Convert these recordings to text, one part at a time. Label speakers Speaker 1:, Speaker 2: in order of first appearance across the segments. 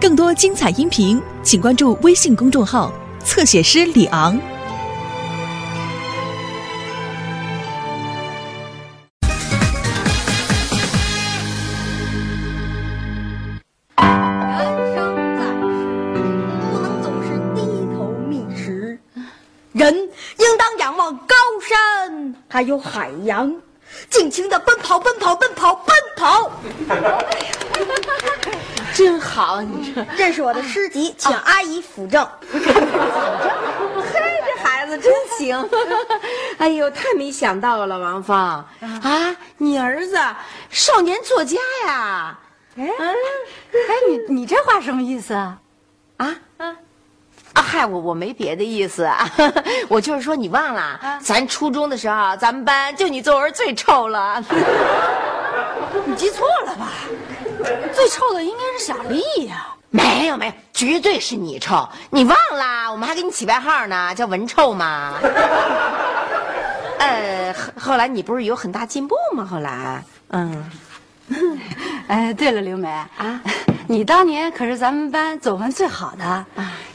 Speaker 1: 更多精彩音频，请关注微信公众号“侧写师李昂
Speaker 2: 人生在世，不能总是低头觅食。人应当仰望高山，还有海洋，尽情的奔跑，奔跑，奔跑，奔跑。
Speaker 3: 真好，你这
Speaker 2: 这是我的诗集，请阿姨辅正。
Speaker 3: 嘿，这孩子真 行！哎呦，太没想到了，王芳啊，你儿子少年作家呀？
Speaker 4: 哎，哎，你你这话什么意思啊？
Speaker 3: 啊啊！嗨，我我没别的意思啊， 我就是说你忘了，咱初中的时候，咱们班就你作文最臭了。
Speaker 4: 你记错了吧？最臭的应该是小丽呀、
Speaker 3: 没有没有，绝对是你臭，你忘啦？我们还给你起外号呢，叫文臭嘛。呃，后后来你不是有很大进步吗？后来，嗯。
Speaker 4: 哎，对了，刘梅啊，你当年可是咱们班走文最好的，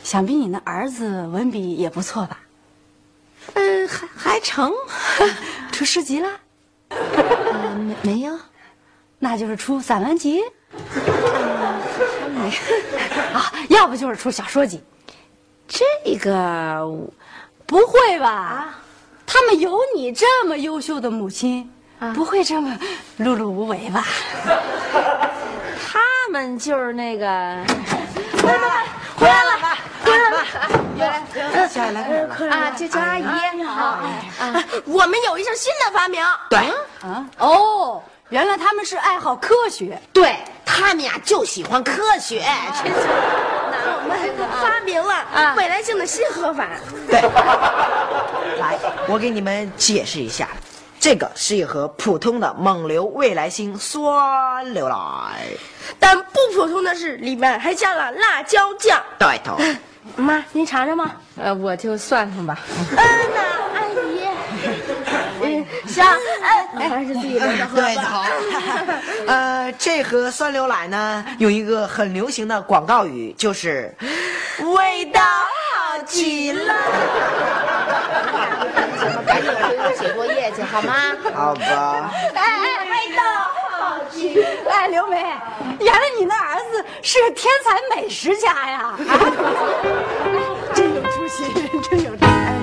Speaker 4: 想必你那儿子文笔也不错吧？
Speaker 3: 嗯，还还成，
Speaker 4: 出诗集了，
Speaker 3: 呃没没有，
Speaker 4: 那就是出散文集，
Speaker 3: 哦
Speaker 4: 啊，要不就是出小说集，
Speaker 3: 这个我
Speaker 4: 不会吧？啊他们有你这么优秀的母亲，
Speaker 3: 啊
Speaker 4: 不会这么碌碌无为吧？
Speaker 3: 他们就是那个，
Speaker 4: 回来了，回来 了。呃
Speaker 3: 小雨来快点来啊，这叫阿姨好，哎我们有一项新的发明，对
Speaker 4: 啊哦，原来他们是爱好科 学。
Speaker 3: 对，他们呀就喜欢科学，
Speaker 5: 啊
Speaker 3: 真是
Speaker 2: 我们发明了未来性的新合法。
Speaker 5: 来，我给你们解释一下，这个是一盒普通的蒙牛未来星酸牛奶。
Speaker 2: 但不普通的是，里面还加了辣椒酱。
Speaker 5: 对头，
Speaker 2: 妈，您尝尝吗？
Speaker 3: 呃，我就算算吧，
Speaker 2: 嗯呐，阿姨。嗯，行，哎，还是自己留着喝
Speaker 5: 对
Speaker 2: 吧。
Speaker 5: 头。 呃，这盒酸牛奶呢，有一个很流行的广告语，就是味道好极了。
Speaker 3: 赶紧回屋写作业去好吗？
Speaker 5: 好吧，
Speaker 4: 哎，刘梅，原来你那儿子是个天才美食家呀！啊，真有出息，真有出息。
Speaker 3: 哎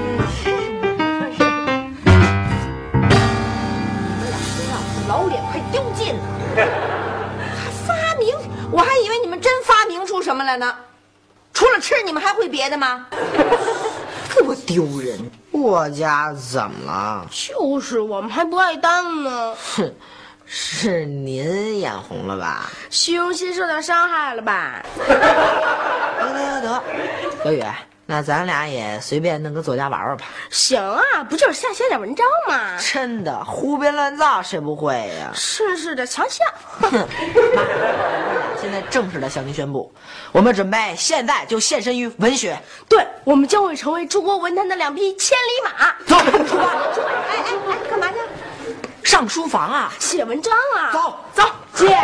Speaker 3: 老脸快丢尽了，发明，我还以为你们真发明出什么来呢，除了吃，你们还会别的吗？
Speaker 5: 这么丢人。我家怎么了？
Speaker 2: 就是，我们还不爱当呢。
Speaker 5: 哼，是您眼红了吧？
Speaker 2: 虚荣心受到伤害了吧？
Speaker 5: 得得得，小雨，那咱俩也随便弄个作家玩玩吧。
Speaker 2: 行啊，不就是瞎写点文章吗？
Speaker 5: 真的，胡编乱造谁不会呀、
Speaker 2: 是是的，强项。
Speaker 5: 现在正式的向您宣布，我们准备现在就献身于文学。
Speaker 2: 对，我们将会成为中国文坛的两匹千里
Speaker 3: 啊
Speaker 2: 马。
Speaker 5: 走，
Speaker 2: 哎哎哎，干嘛去？
Speaker 5: 上书房啊！
Speaker 2: 写文章啊！
Speaker 5: 走走，
Speaker 2: 姐。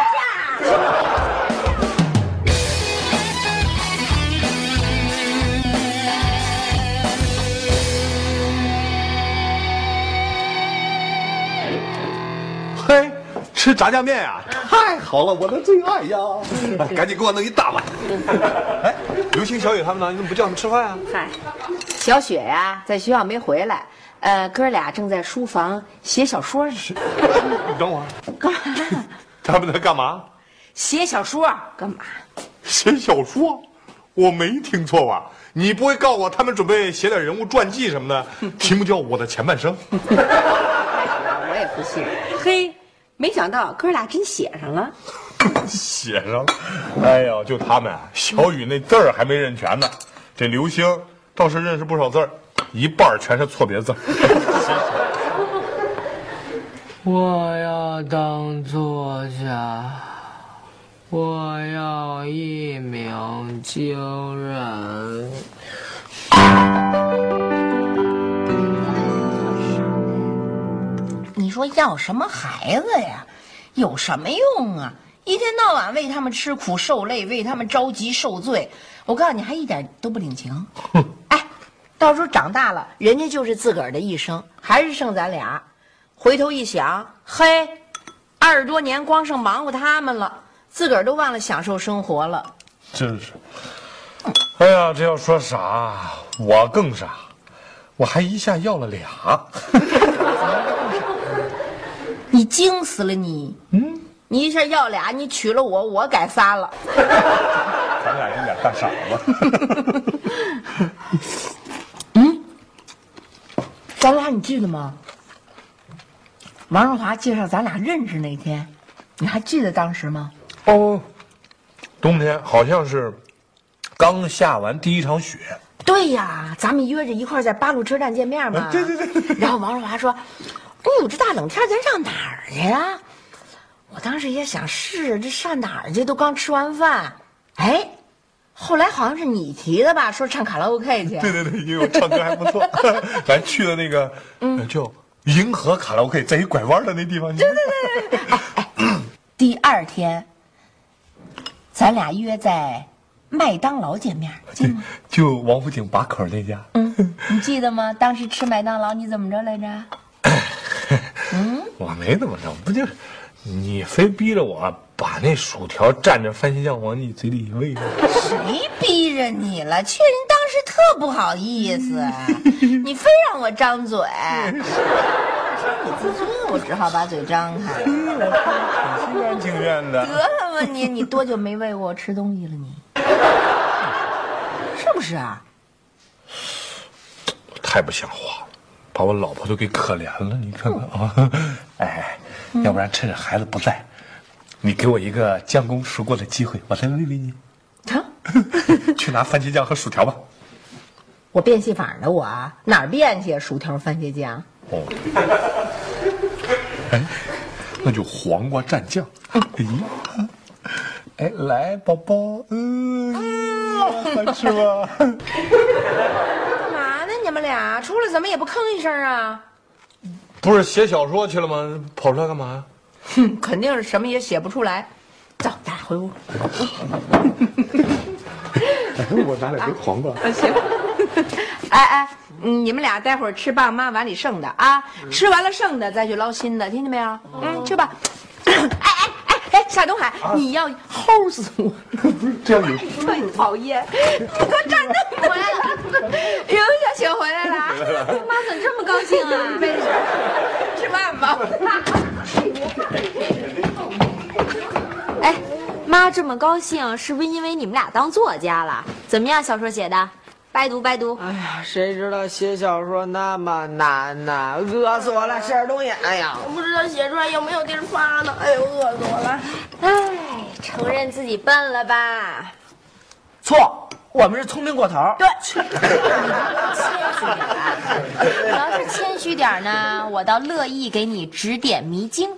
Speaker 6: 嘿，吃炸酱面呀、太好了，我的最爱呀！哎赶紧给我弄一大碗。哎，刘星、小雨他们呢？你怎么不叫他们吃饭啊？
Speaker 3: 小雪呀、在学校没回来，呃，哥俩正在书房写小说呢。
Speaker 6: 你等会儿，他们在干嘛？
Speaker 3: 写小说干嘛？
Speaker 6: 写小说？我没听错吧？你不会告诉我他们准备写点人物传记什么的，题目叫《我的前半生》？
Speaker 3: 我也不信。嘿，没想到哥俩真写上了。
Speaker 6: 写上了。哎呦，就他们，啊，小雨那字儿还没认全呢，这刘星倒是认识不少字儿，一半儿全是错别字儿。
Speaker 7: 我要当作家，我要一鸣惊人。
Speaker 8: 你说要什么孩子呀？有什么用啊？
Speaker 3: 一天到晚为他们吃苦受累，为他们着急受罪。我告诉你，还一点都不领情。哎，到时候长大了，人家就是自个儿的一生，还是剩咱俩。回头一想，嘿，二十多年光剩忙活他们了，自个儿都忘了享受生活了。
Speaker 6: 真是。哎呀，这要说傻，我更傻，我还一下要了俩。
Speaker 3: 你精死了你！嗯，你一下要俩，你娶了我，我改仨了。
Speaker 6: 咱俩是俩大傻子。
Speaker 3: 咱俩你记得吗？王荣华介绍咱俩认识那天，你还记得当时吗？
Speaker 6: 哦，冬天好像是刚下完第一场雪。
Speaker 3: 对呀，咱们约着一块儿在八路车站见面嘛。对对对。然后王荣华说：“哎呦，这大冷天儿咱上哪儿去呀？”我当时也想是，这上哪儿去？都刚吃完饭。哎，后来好像是你提的吧，说唱卡拉 OK 去。
Speaker 6: 对对对，因为我唱歌还不 错，咱去了那个，嗯，就银河卡拉 OK，在一拐弯的那地方。对对对。
Speaker 3: 第二天，咱俩约在麦当劳见面，记得吗？
Speaker 6: 就王府井把口那家。
Speaker 3: 你记得吗？当时吃麦当劳你怎么着来着？
Speaker 6: 我没怎么着，不就是你非逼着我把那薯条蘸着番茄酱往你嘴里喂。
Speaker 3: 谁逼着你了？去，人当时特不好意思，啊 你非让我张嘴，你自尊，我只好把嘴张开。
Speaker 6: 我心甘情愿
Speaker 3: 得
Speaker 6: 的。
Speaker 3: 了吧你，你多久没喂我吃东西了你？ 是不是啊？
Speaker 6: 太不像话了，把我老婆都给可怜了，你看看 啊！哎，要不然趁着孩子不在，你给我一个将功赎过的机会，我再喂喂你。
Speaker 3: 啊
Speaker 6: 去拿番茄酱和薯条吧。
Speaker 3: 我变戏法呢，我啊哪儿变去？薯条、番茄酱。
Speaker 6: 哦， 哎，那就黄瓜蘸酱。哎呀，哎，来，宝宝，嗯，好吃吗？
Speaker 3: 干嘛呢？你们俩出来怎么也不吭一声啊？
Speaker 6: 不是写小说去了吗？跑出来干嘛呀？
Speaker 3: 哼， 肯定是什么也写不出来。走，咱俩回屋。
Speaker 6: 哎我拿两根黄瓜。
Speaker 9: 哎哎，嗯你们俩待会儿吃爸妈碗里剩的啊，吃完了剩的再去捞新的，听见没
Speaker 6: 哦
Speaker 9: 有？嗯，去吧。 哎哎哎哎，夏东海，你要齁死我！
Speaker 6: 啊这样有
Speaker 9: 哎呦讨厌，你给我 站那么回来了，呦，小雪回来了， 妈怎么这么高兴啊？没事，吃饭吧。
Speaker 10: 哎，妈这么高兴，是不是因为你们俩当作家了？怎么样，小说写的？拜读拜读。
Speaker 11: 哎呀，谁知道写小说那么难呐、
Speaker 5: 饿死我了，吃点东西。哎呀，
Speaker 2: 不知道写出来有没有地儿发呢？哎呦，饿死我了！
Speaker 10: 哎，承认自己笨了吧？
Speaker 5: 错，我们是聪明过头。对，
Speaker 10: 啊你啊要是谦虚点儿呢，我倒乐意给你指点迷津。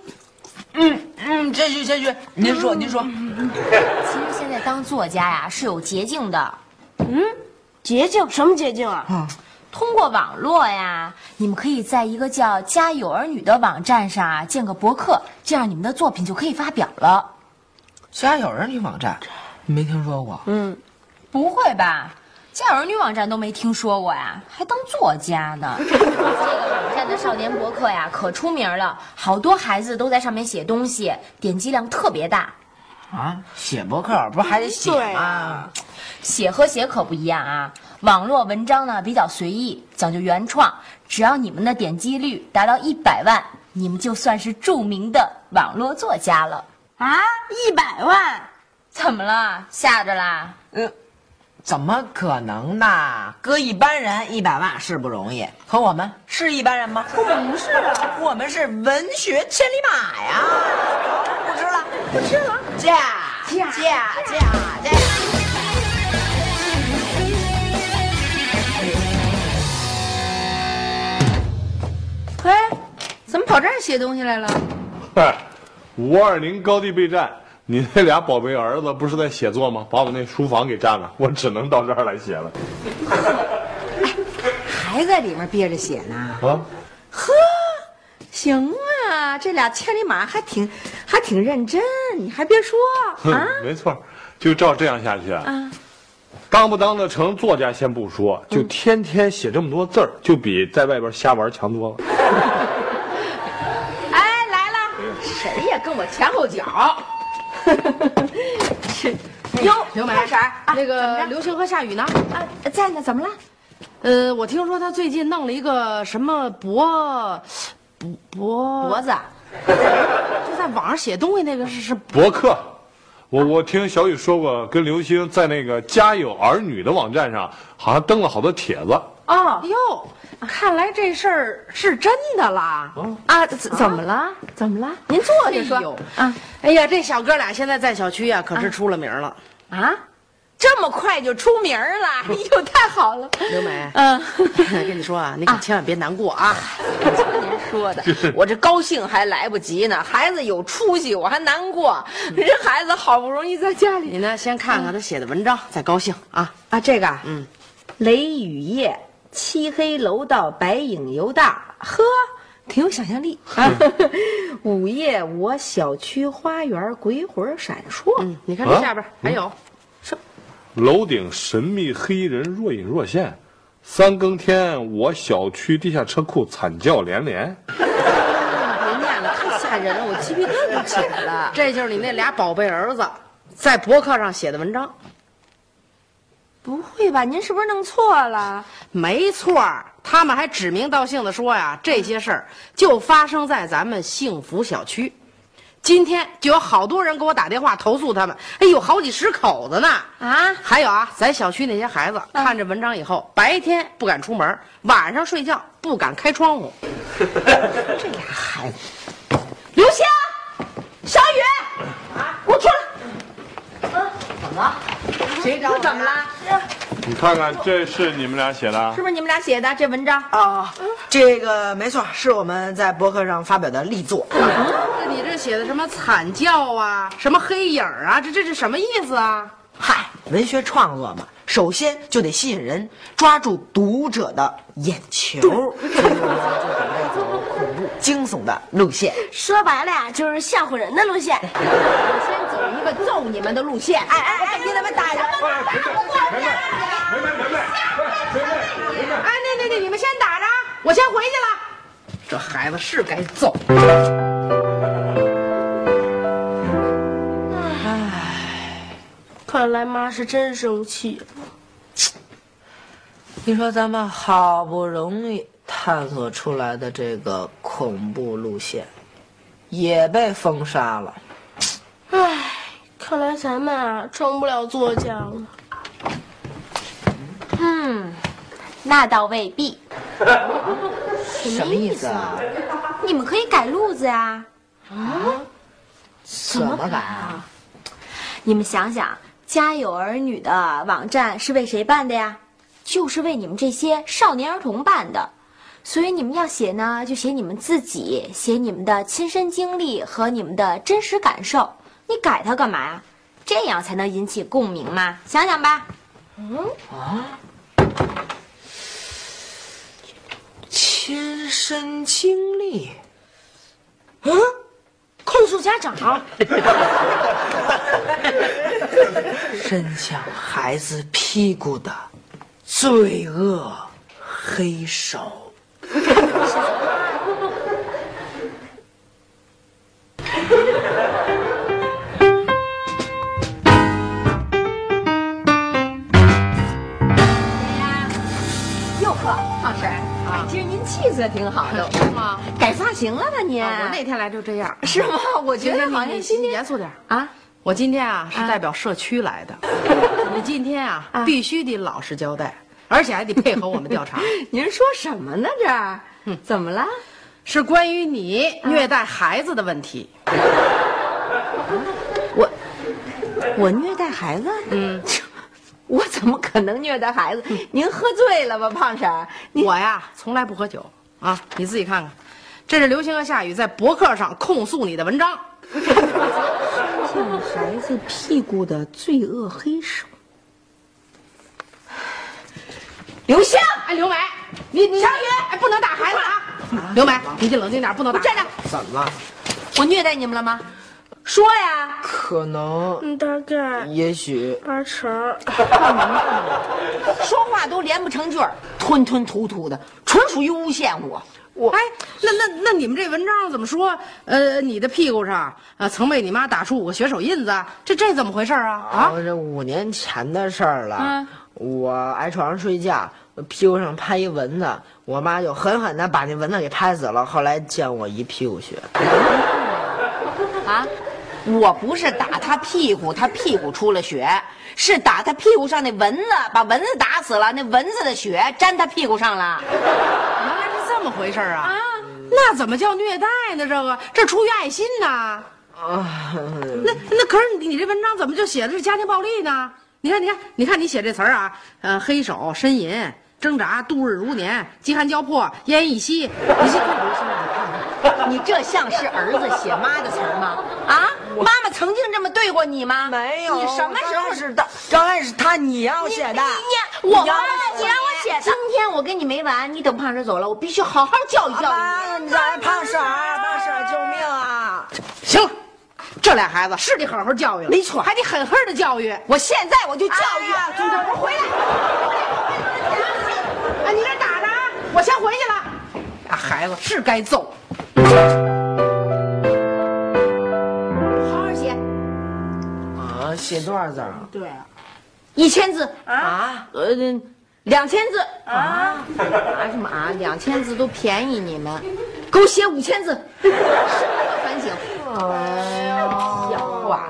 Speaker 5: 嗯，谦虚谦虚，您说您说，
Speaker 10: 其实现在当作家呀是有捷径的，
Speaker 2: 捷径什么捷径啊？
Speaker 10: 通过网络呀，你们可以在一个叫“家有儿女”的网站上啊建个博客，这样你们的作品就可以发表了。
Speaker 5: 家有儿女网站，
Speaker 11: 没听说过。
Speaker 10: 不会吧？家有儿女网站都没听说过呀，还当作家 呢？这个网站的少年博客呀，可出名了，好多孩子都在上面写东西，点击量特别大。
Speaker 5: 啊，写博客不是还得写吗？
Speaker 10: 写和写可不一样啊，网络文章呢比较随意，讲究原创，只要你们的点击率达到一百万，你们就算是著名的网络作家了。
Speaker 2: 啊，一百万！
Speaker 10: 怎么了？吓着啦？
Speaker 5: 怎么可能呢？搁一般人一百万是不容易，可我们是一般人吗？我们不是、啊，我们是文学千里马呀！不吃了，不吃了，驾驾驾驾！
Speaker 9: 哎，怎么跑这儿写东西来了？
Speaker 6: 哎，五二零高地备战，你那俩宝贝儿子不是在写作吗？把我那书房给占了， 我只能到这儿来写了。
Speaker 9: 还在里面憋着写呢。
Speaker 6: 啊，
Speaker 9: 行啊，这俩千里马还挺
Speaker 3: 还挺认真，你还别说啊，
Speaker 6: 没错儿，就照这样下去啊，当不当得成作家先不说，就天天写这么多字儿，就比在外边瞎玩强多了。
Speaker 3: 哎，来了，谁呀？跟我前后脚。 哟，
Speaker 12: 刘梅
Speaker 3: 看色儿啊
Speaker 12: 那
Speaker 3: 怎么
Speaker 12: 个
Speaker 3: 着
Speaker 12: 刘星和夏雨呢？
Speaker 3: 啊，在呢，怎么了？
Speaker 12: 呃，我听说他最近弄了一个什么博博博
Speaker 3: 脖子啊，
Speaker 12: 就在网上写东西那个是是
Speaker 6: 博客，我我听小雨说过，跟刘星在那个家有儿女的网站上，好像登了好多帖子。啊
Speaker 12: 哦哟，看来这事儿是真的啦。
Speaker 3: 啊，怎怎么了？怎么了？您坐着
Speaker 12: 哎
Speaker 3: 说
Speaker 12: 呦
Speaker 3: 啊
Speaker 12: 哎呀，这小哥俩现在在小区啊，可是出了名了。
Speaker 3: 啊，这么快就出名儿了？哎呦，太好了！
Speaker 12: 刘梅，
Speaker 3: 嗯，哎
Speaker 12: 跟你说啊，你可千万别难过啊。
Speaker 3: 您说的，我这高兴还来不及呢，孩子有出息，我还难过。人家孩子好不容易在家里
Speaker 12: 你呢，先看看他写的文章，再高兴啊。
Speaker 3: 啊，这个
Speaker 12: 嗯，
Speaker 3: 雷雨夜，漆黑楼道，白影犹大，呵，挺有想象力啊。 午夜，我小区花园鬼火闪烁，啊嗯
Speaker 12: 嗯，你看
Speaker 3: 哎
Speaker 12: 这下边还有，
Speaker 6: 楼顶神秘黑衣人若隐若现，三更天我小区地下车库惨叫连连。
Speaker 12: 别念了，太吓人了，我鸡皮疙瘩起来
Speaker 3: 嗯
Speaker 12: 了。这就是你那俩宝贝儿子在博客上写的文章，
Speaker 3: 不会吧？您是不是弄错了？
Speaker 12: 没错儿。他们还指名道姓的说呀，这些事儿就发生在咱们幸福小区。今天就有好多人给我打电话投诉他们，哎呦，好几十口子呢。
Speaker 3: 啊，
Speaker 12: 还有啊，咱小区那些孩子
Speaker 13: 嗯
Speaker 12: 看这文章以后，白天不敢出门，晚上睡觉不敢开窗 户。
Speaker 3: 刘星，小雨，
Speaker 13: 啊
Speaker 3: 给我出来！
Speaker 13: 嗯
Speaker 12: 嗯谁找啊
Speaker 3: 怎么了？
Speaker 6: 你看看，这是你们俩写的啊
Speaker 3: 是？不是你们俩写的这文章？
Speaker 13: 啊，这个没错，是我们在博客上发表的力作。
Speaker 12: 那嗯你这写的什么惨叫啊，什么黑影儿啊，这这是什么意思啊？
Speaker 13: 嗨，文学创作嘛，首先就得吸引人，抓住读者的眼球。所以我们就准备走恐怖惊悚的路线。
Speaker 14: 说白了呀，就是吓唬人的路 线。
Speaker 3: 先走一个揍你们的路线。哎哎哎，别他妈打人！
Speaker 12: 哎，那那那你们先打着，
Speaker 3: 啊
Speaker 12: 我先回去了。这孩子是该揍。
Speaker 14: 看来妈是真生气了。
Speaker 5: 你说咱们好不容易探索出来的这个恐怖路线，也被封杀了。
Speaker 14: 唉，看来咱们啊，成不了作家了。
Speaker 2: 那倒未必，
Speaker 5: 什么意思啊？
Speaker 2: 你们可以改路子呀。
Speaker 5: 怎么改啊？
Speaker 2: 你们想想，家有儿女的网站是为谁办的呀？就是为你们这些少年儿童办的。所以你们要写呢，就写你们自己，写你们的亲身经历和你们的真实感受。你改它干嘛呀？这样才能引起共鸣嘛。想想吧。
Speaker 5: 亲身经历，
Speaker 14: 啊控诉家长，
Speaker 5: 伸向孩子屁股的罪恶黑手。
Speaker 3: 又喝胖婶啊，其实您气色挺好的，是吗？改发型了吧您？
Speaker 12: 啊我那天来就这样。
Speaker 3: 是吗？我觉得好像今
Speaker 12: 你
Speaker 3: 天
Speaker 12: 严肃点儿
Speaker 3: 啊，
Speaker 12: 我今天啊是代表社区来的，你今天啊必须得老实交代，而且还得配合我们调查，
Speaker 3: 您说什么呢？
Speaker 12: 嗯
Speaker 3: 这怎么了？
Speaker 12: 是关于你虐待孩子的问题。
Speaker 3: 我虐待孩子？嗯， 我怎么可能虐待孩子？您喝醉了吧，胖婶儿？您
Speaker 12: 我呀从来不喝酒啊，你自己看看，这是刘星和夏雨在博客上控诉你的 文章。
Speaker 3: 像孩子屁股的罪恶黑手。刘星，
Speaker 12: 哎，刘梅，你你小雨，哎，不能打孩子啊！刘梅，你得冷静点，不能打。
Speaker 3: 站着！
Speaker 15: 怎么了？
Speaker 3: 我虐待你们了吗？说呀，
Speaker 5: 可能，
Speaker 14: 嗯，大概
Speaker 5: 也许，
Speaker 14: 八成。
Speaker 3: 说话都连不成句儿，吞吞吐吐的，纯属于诬陷我。
Speaker 12: 我哎，那那那你们这文章怎么说？呃，你的屁股上啊、呃曾被你妈打出五个血手印子，这这怎么回事啊？啊，
Speaker 5: 这五年前的事儿了。
Speaker 12: 嗯
Speaker 5: 我挨床上睡觉，我屁股上拍一蚊子，我妈就狠狠的把那蚊子给拍死了。后来溅我一屁股血。
Speaker 3: 啊，我不是打他屁股，他屁股出了血，是打他屁股上那蚊子，把蚊子打死了，那蚊子的血沾他屁股上了。
Speaker 12: 原来是这么回事啊！啊，那怎么叫虐待呢？这个这出于爱心呐。
Speaker 5: 啊，
Speaker 12: 那那可是你你这文章怎么就写的是家庭暴力呢？你看，你看，你看你写这词儿啊，呃，黑手、呻吟、挣扎、度日如年、饥寒交迫、奄奄一息，你这
Speaker 3: 你这像是儿子写妈的词儿吗？啊，妈妈曾经这么对过你吗？没
Speaker 16: 有
Speaker 3: 你什么时候
Speaker 16: 是的？刚开始他你让我
Speaker 3: 你
Speaker 16: 写的，
Speaker 3: 你你我
Speaker 16: 你让
Speaker 3: 妈
Speaker 16: 我
Speaker 10: 你让我写的。今天我跟你没完，你等胖婶走了，我必须好好教育教育你。
Speaker 16: 哎胖婶儿，胖婶儿，救命啊！
Speaker 12: 行了，这俩孩子是得好好教育了，没错，还得狠狠的教育。
Speaker 3: 我现在我就教育。
Speaker 12: 组长，我回来。哎，你这打着啊，我先回去了。啊，孩子是该揍。
Speaker 10: 好好写，
Speaker 5: 啊，写多少字儿啊？
Speaker 10: 对啊，
Speaker 3: 一千字
Speaker 5: 啊，
Speaker 3: 呃，两千字啊，啊什么啊？两千字都便宜你们，给我写五千字，深刻
Speaker 10: 哎
Speaker 3: 反省。
Speaker 16: 话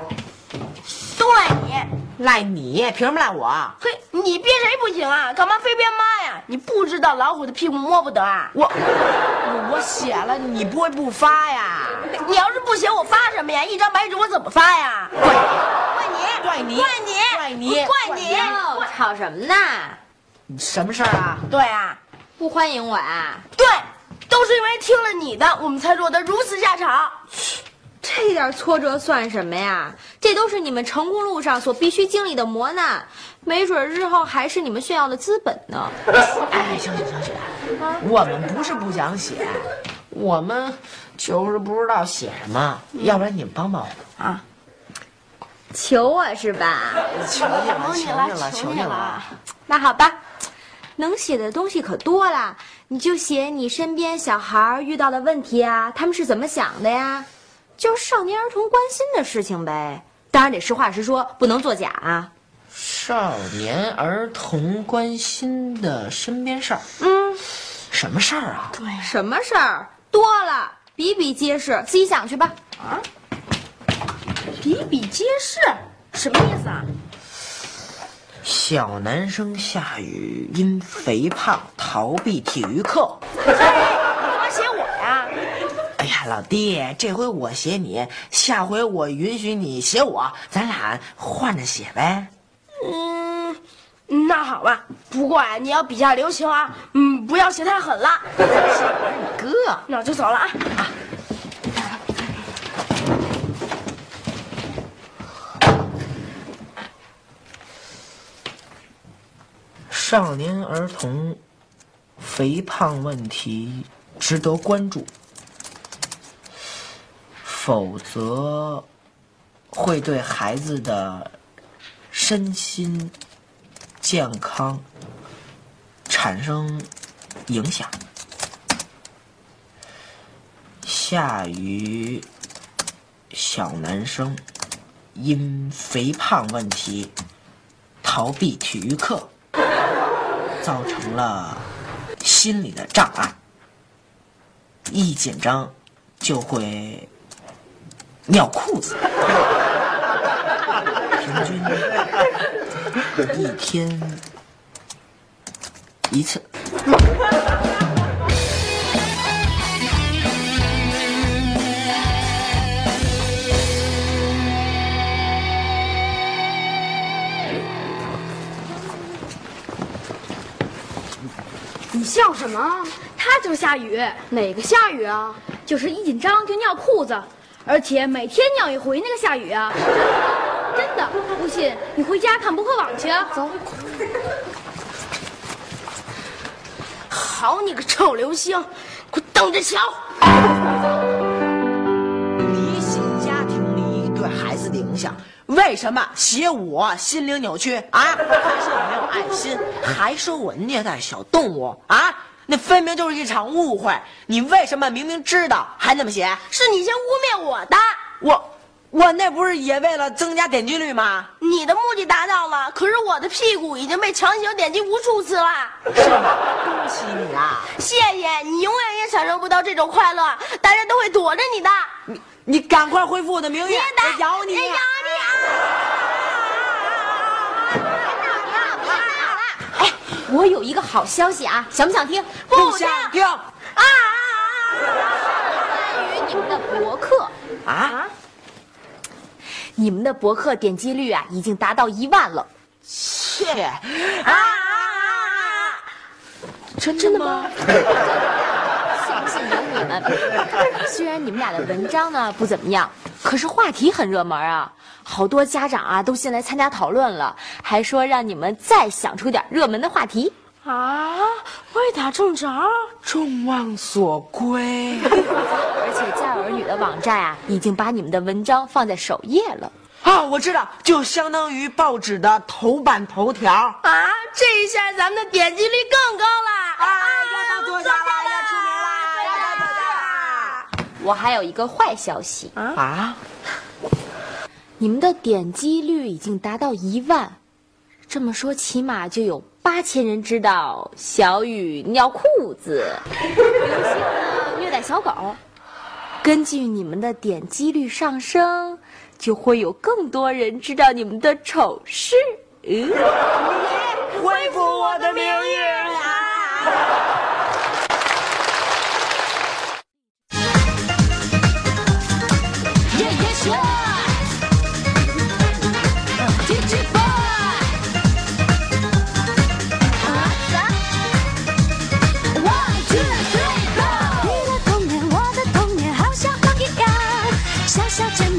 Speaker 10: 都赖你。
Speaker 16: 赖你，凭什么赖我？
Speaker 10: 嘿，你编谁不行啊？干嘛非编妈呀？你不知道老虎的屁股摸不得啊？
Speaker 16: 我我我写了，你不会不发呀？
Speaker 10: 你要是不写，我发什么呀？一张白纸我怎么发呀？怪你，怪你，怪你，怪你，怪你，
Speaker 16: 哟
Speaker 10: 吵什么呢？
Speaker 16: 你什么事儿啊？
Speaker 10: 对啊，
Speaker 3: 不欢迎我啊？
Speaker 10: 对，都是因为听了你的，我们才落得如此下场。
Speaker 2: 这点挫折算什么呀？这都是你们成功路上所必须经历的磨难，没准日后还是你们炫耀的资本呢。
Speaker 16: 哎，行行行行，我们不是不想写，
Speaker 5: 我们就是不知道写什么，要不然你们帮帮我啊！
Speaker 2: 求我是吧？
Speaker 5: 求你了，求你了，求你了！
Speaker 2: 那好吧，能写的东西可多啦，你就写你身边小孩儿遇到的问题啊，他们是怎么想的呀？就是少年儿童关心的事情呗。当然得实话实说，不能作假啊。
Speaker 5: 少年儿童关心的身边事儿，
Speaker 2: 嗯，
Speaker 5: 什么事儿啊？
Speaker 2: 对，什么事儿多了，比比皆是，自己想去吧。啊，
Speaker 10: 比比皆是，什么意思啊？
Speaker 16: 小男生夏雨因肥胖逃避体育课。
Speaker 10: 干嘛写我呀？
Speaker 16: 哎呀，老弟，这回我写你，下回我允许你写我，咱俩换着写呗。
Speaker 10: 嗯，那好吧。不过啊，你要笔下留情啊，嗯，不要写太狠了。
Speaker 16: 哥，
Speaker 10: 那我就走了啊。
Speaker 5: 少年儿童肥胖问题值得关注，否则会对孩子的身心健康产生影响。夏雨小男生因肥胖问题逃避体育课。造成了心理的障碍，一紧张就会尿裤子，平均一天一次。
Speaker 14: 你笑什么？他就是夏雨，哪个夏雨啊？就是一紧张就尿裤子，而且每天尿一回那个夏雨啊！真的，不信你回家看博客网
Speaker 2: 啊
Speaker 14: 去。走，
Speaker 10: 好你个臭流星，给我等着瞧！
Speaker 16: 离心家庭里一段
Speaker 5: 响。为什么写我心灵扭曲啊？还说我没有爱心，还说我虐待小动物啊？那分明就是一场误会。你为什么明明知道还那么写？
Speaker 14: 是你先污蔑我的。
Speaker 5: 我，我那不是也为了增加点击率吗？
Speaker 14: 你的目的达到了，可是我的屁股已经被强行点击无数次了。
Speaker 5: 恭喜你啊！
Speaker 14: 谢谢你，永远也享受不到这种快乐，大家都会躲着你的。
Speaker 5: 你你赶快恢复我的名誉，
Speaker 14: 别打
Speaker 5: 我咬你！啊
Speaker 14: 哎咬
Speaker 10: 我有一个好消息啊，想不想听？
Speaker 5: 不想听。
Speaker 10: 啊！关于你们的博客
Speaker 5: 啊，
Speaker 10: 你们的博客点击率啊已经达到一万了。
Speaker 5: 切！
Speaker 10: 啊！真真的吗？ 相信有你们。虽然你们俩的文章呢不怎么样，可是话题很热门啊，好多家长啊都进来参加讨论了，还说让你们再想出点热门的话题。
Speaker 14: 啊！歪打正着，
Speaker 5: 众望所归。
Speaker 10: 而且家有儿女的网站啊，已经把你们的文章放在首页了。
Speaker 5: 啊，我知道，就相当于报纸的头版头条
Speaker 14: 啊！这一下咱们的点击率更高了啊！
Speaker 5: 要到作家了，要出名了，要当作
Speaker 10: 我还有一个坏消息
Speaker 5: 家啊！
Speaker 10: 你们的点击率已经达到一万，这么说起码就有八千人知道小雨尿裤子，流行呢虐待小狗。根据你们的点击率上升，就会有更多人知道你们的丑事。嗯，
Speaker 5: 恢复我的名誉啊！
Speaker 2: 夜夜秀，DJ boy，one two three go。你的童年，我的童年，好像梦一样，小小肩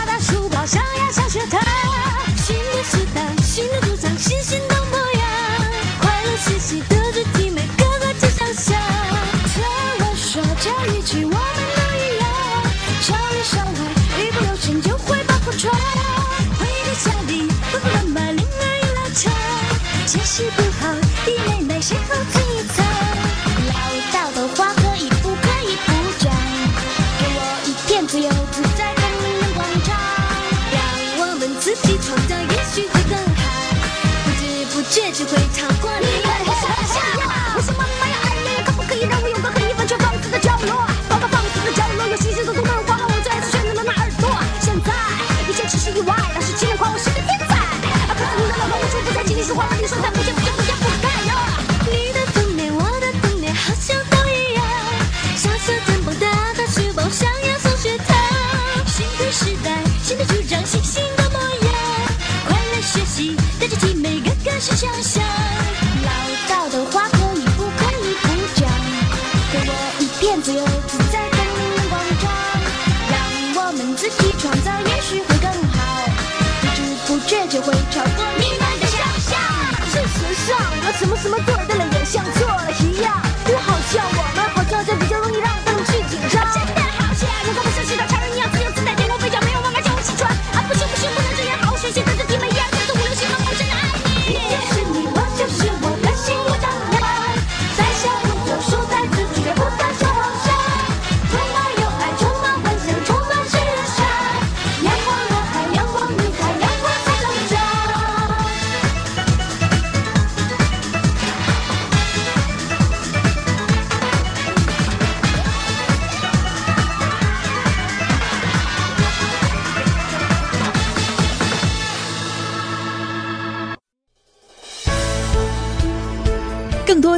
Speaker 2: 大书包，上呀上学堂。新的时代，新的主张，新新的模样，快乐学习，德智体美，个个志向想。对我说这一句，我们都一样。少里少外，一不留神就会把破窗。回到家里，爸爸妈妈铃儿一拉长，学习不好，弟妹妹谁后最惨？唠叨的话可以不可以不讲？给我一片自由自在的人广场，让我们自己创造，也许会更好。不知不觉就会超过你的想象。我是妈妈呀，哎呀呀，可不可以让我有个可以完全放肆的角落？爸爸放肆的角落有新鲜的土豆花和我最爱的旋律的那耳朵。现在一切只是意外，但是亲人夸我是个天才。啊，可是你的老公我说不再听你说话，让你说再不见不见不见不该呀。你的童年，我的童年，好像都一样。小小肩膀，大大书包，上呀上学堂。新的时代，新的主张，新新的模样。快乐学习，带着体美，个个是强项。唠叨的话可以不可以不讲？给我一片自由自在的明广场，让我们自己创造，也许会更好。不知不觉就会超过你们的想象。事实上，我什么什么做对了，也像错了一样。就好像我们好像就比较容易让他们去紧张。真的好险，能跟我像其他常人一样自由自在，天空飞翔，没有妈妈叫我起床。啊，不行不行，不能这样，好学习，但是弟妹一二三四五六七八，我真的爱你。你就是你，我就是我，个性我张扬，在小路走，树在自己，也不敢说妄想。充满有爱，充满幻想，充满时尚。阳光男孩，阳光女孩，阳光在成长。
Speaker 1: 更多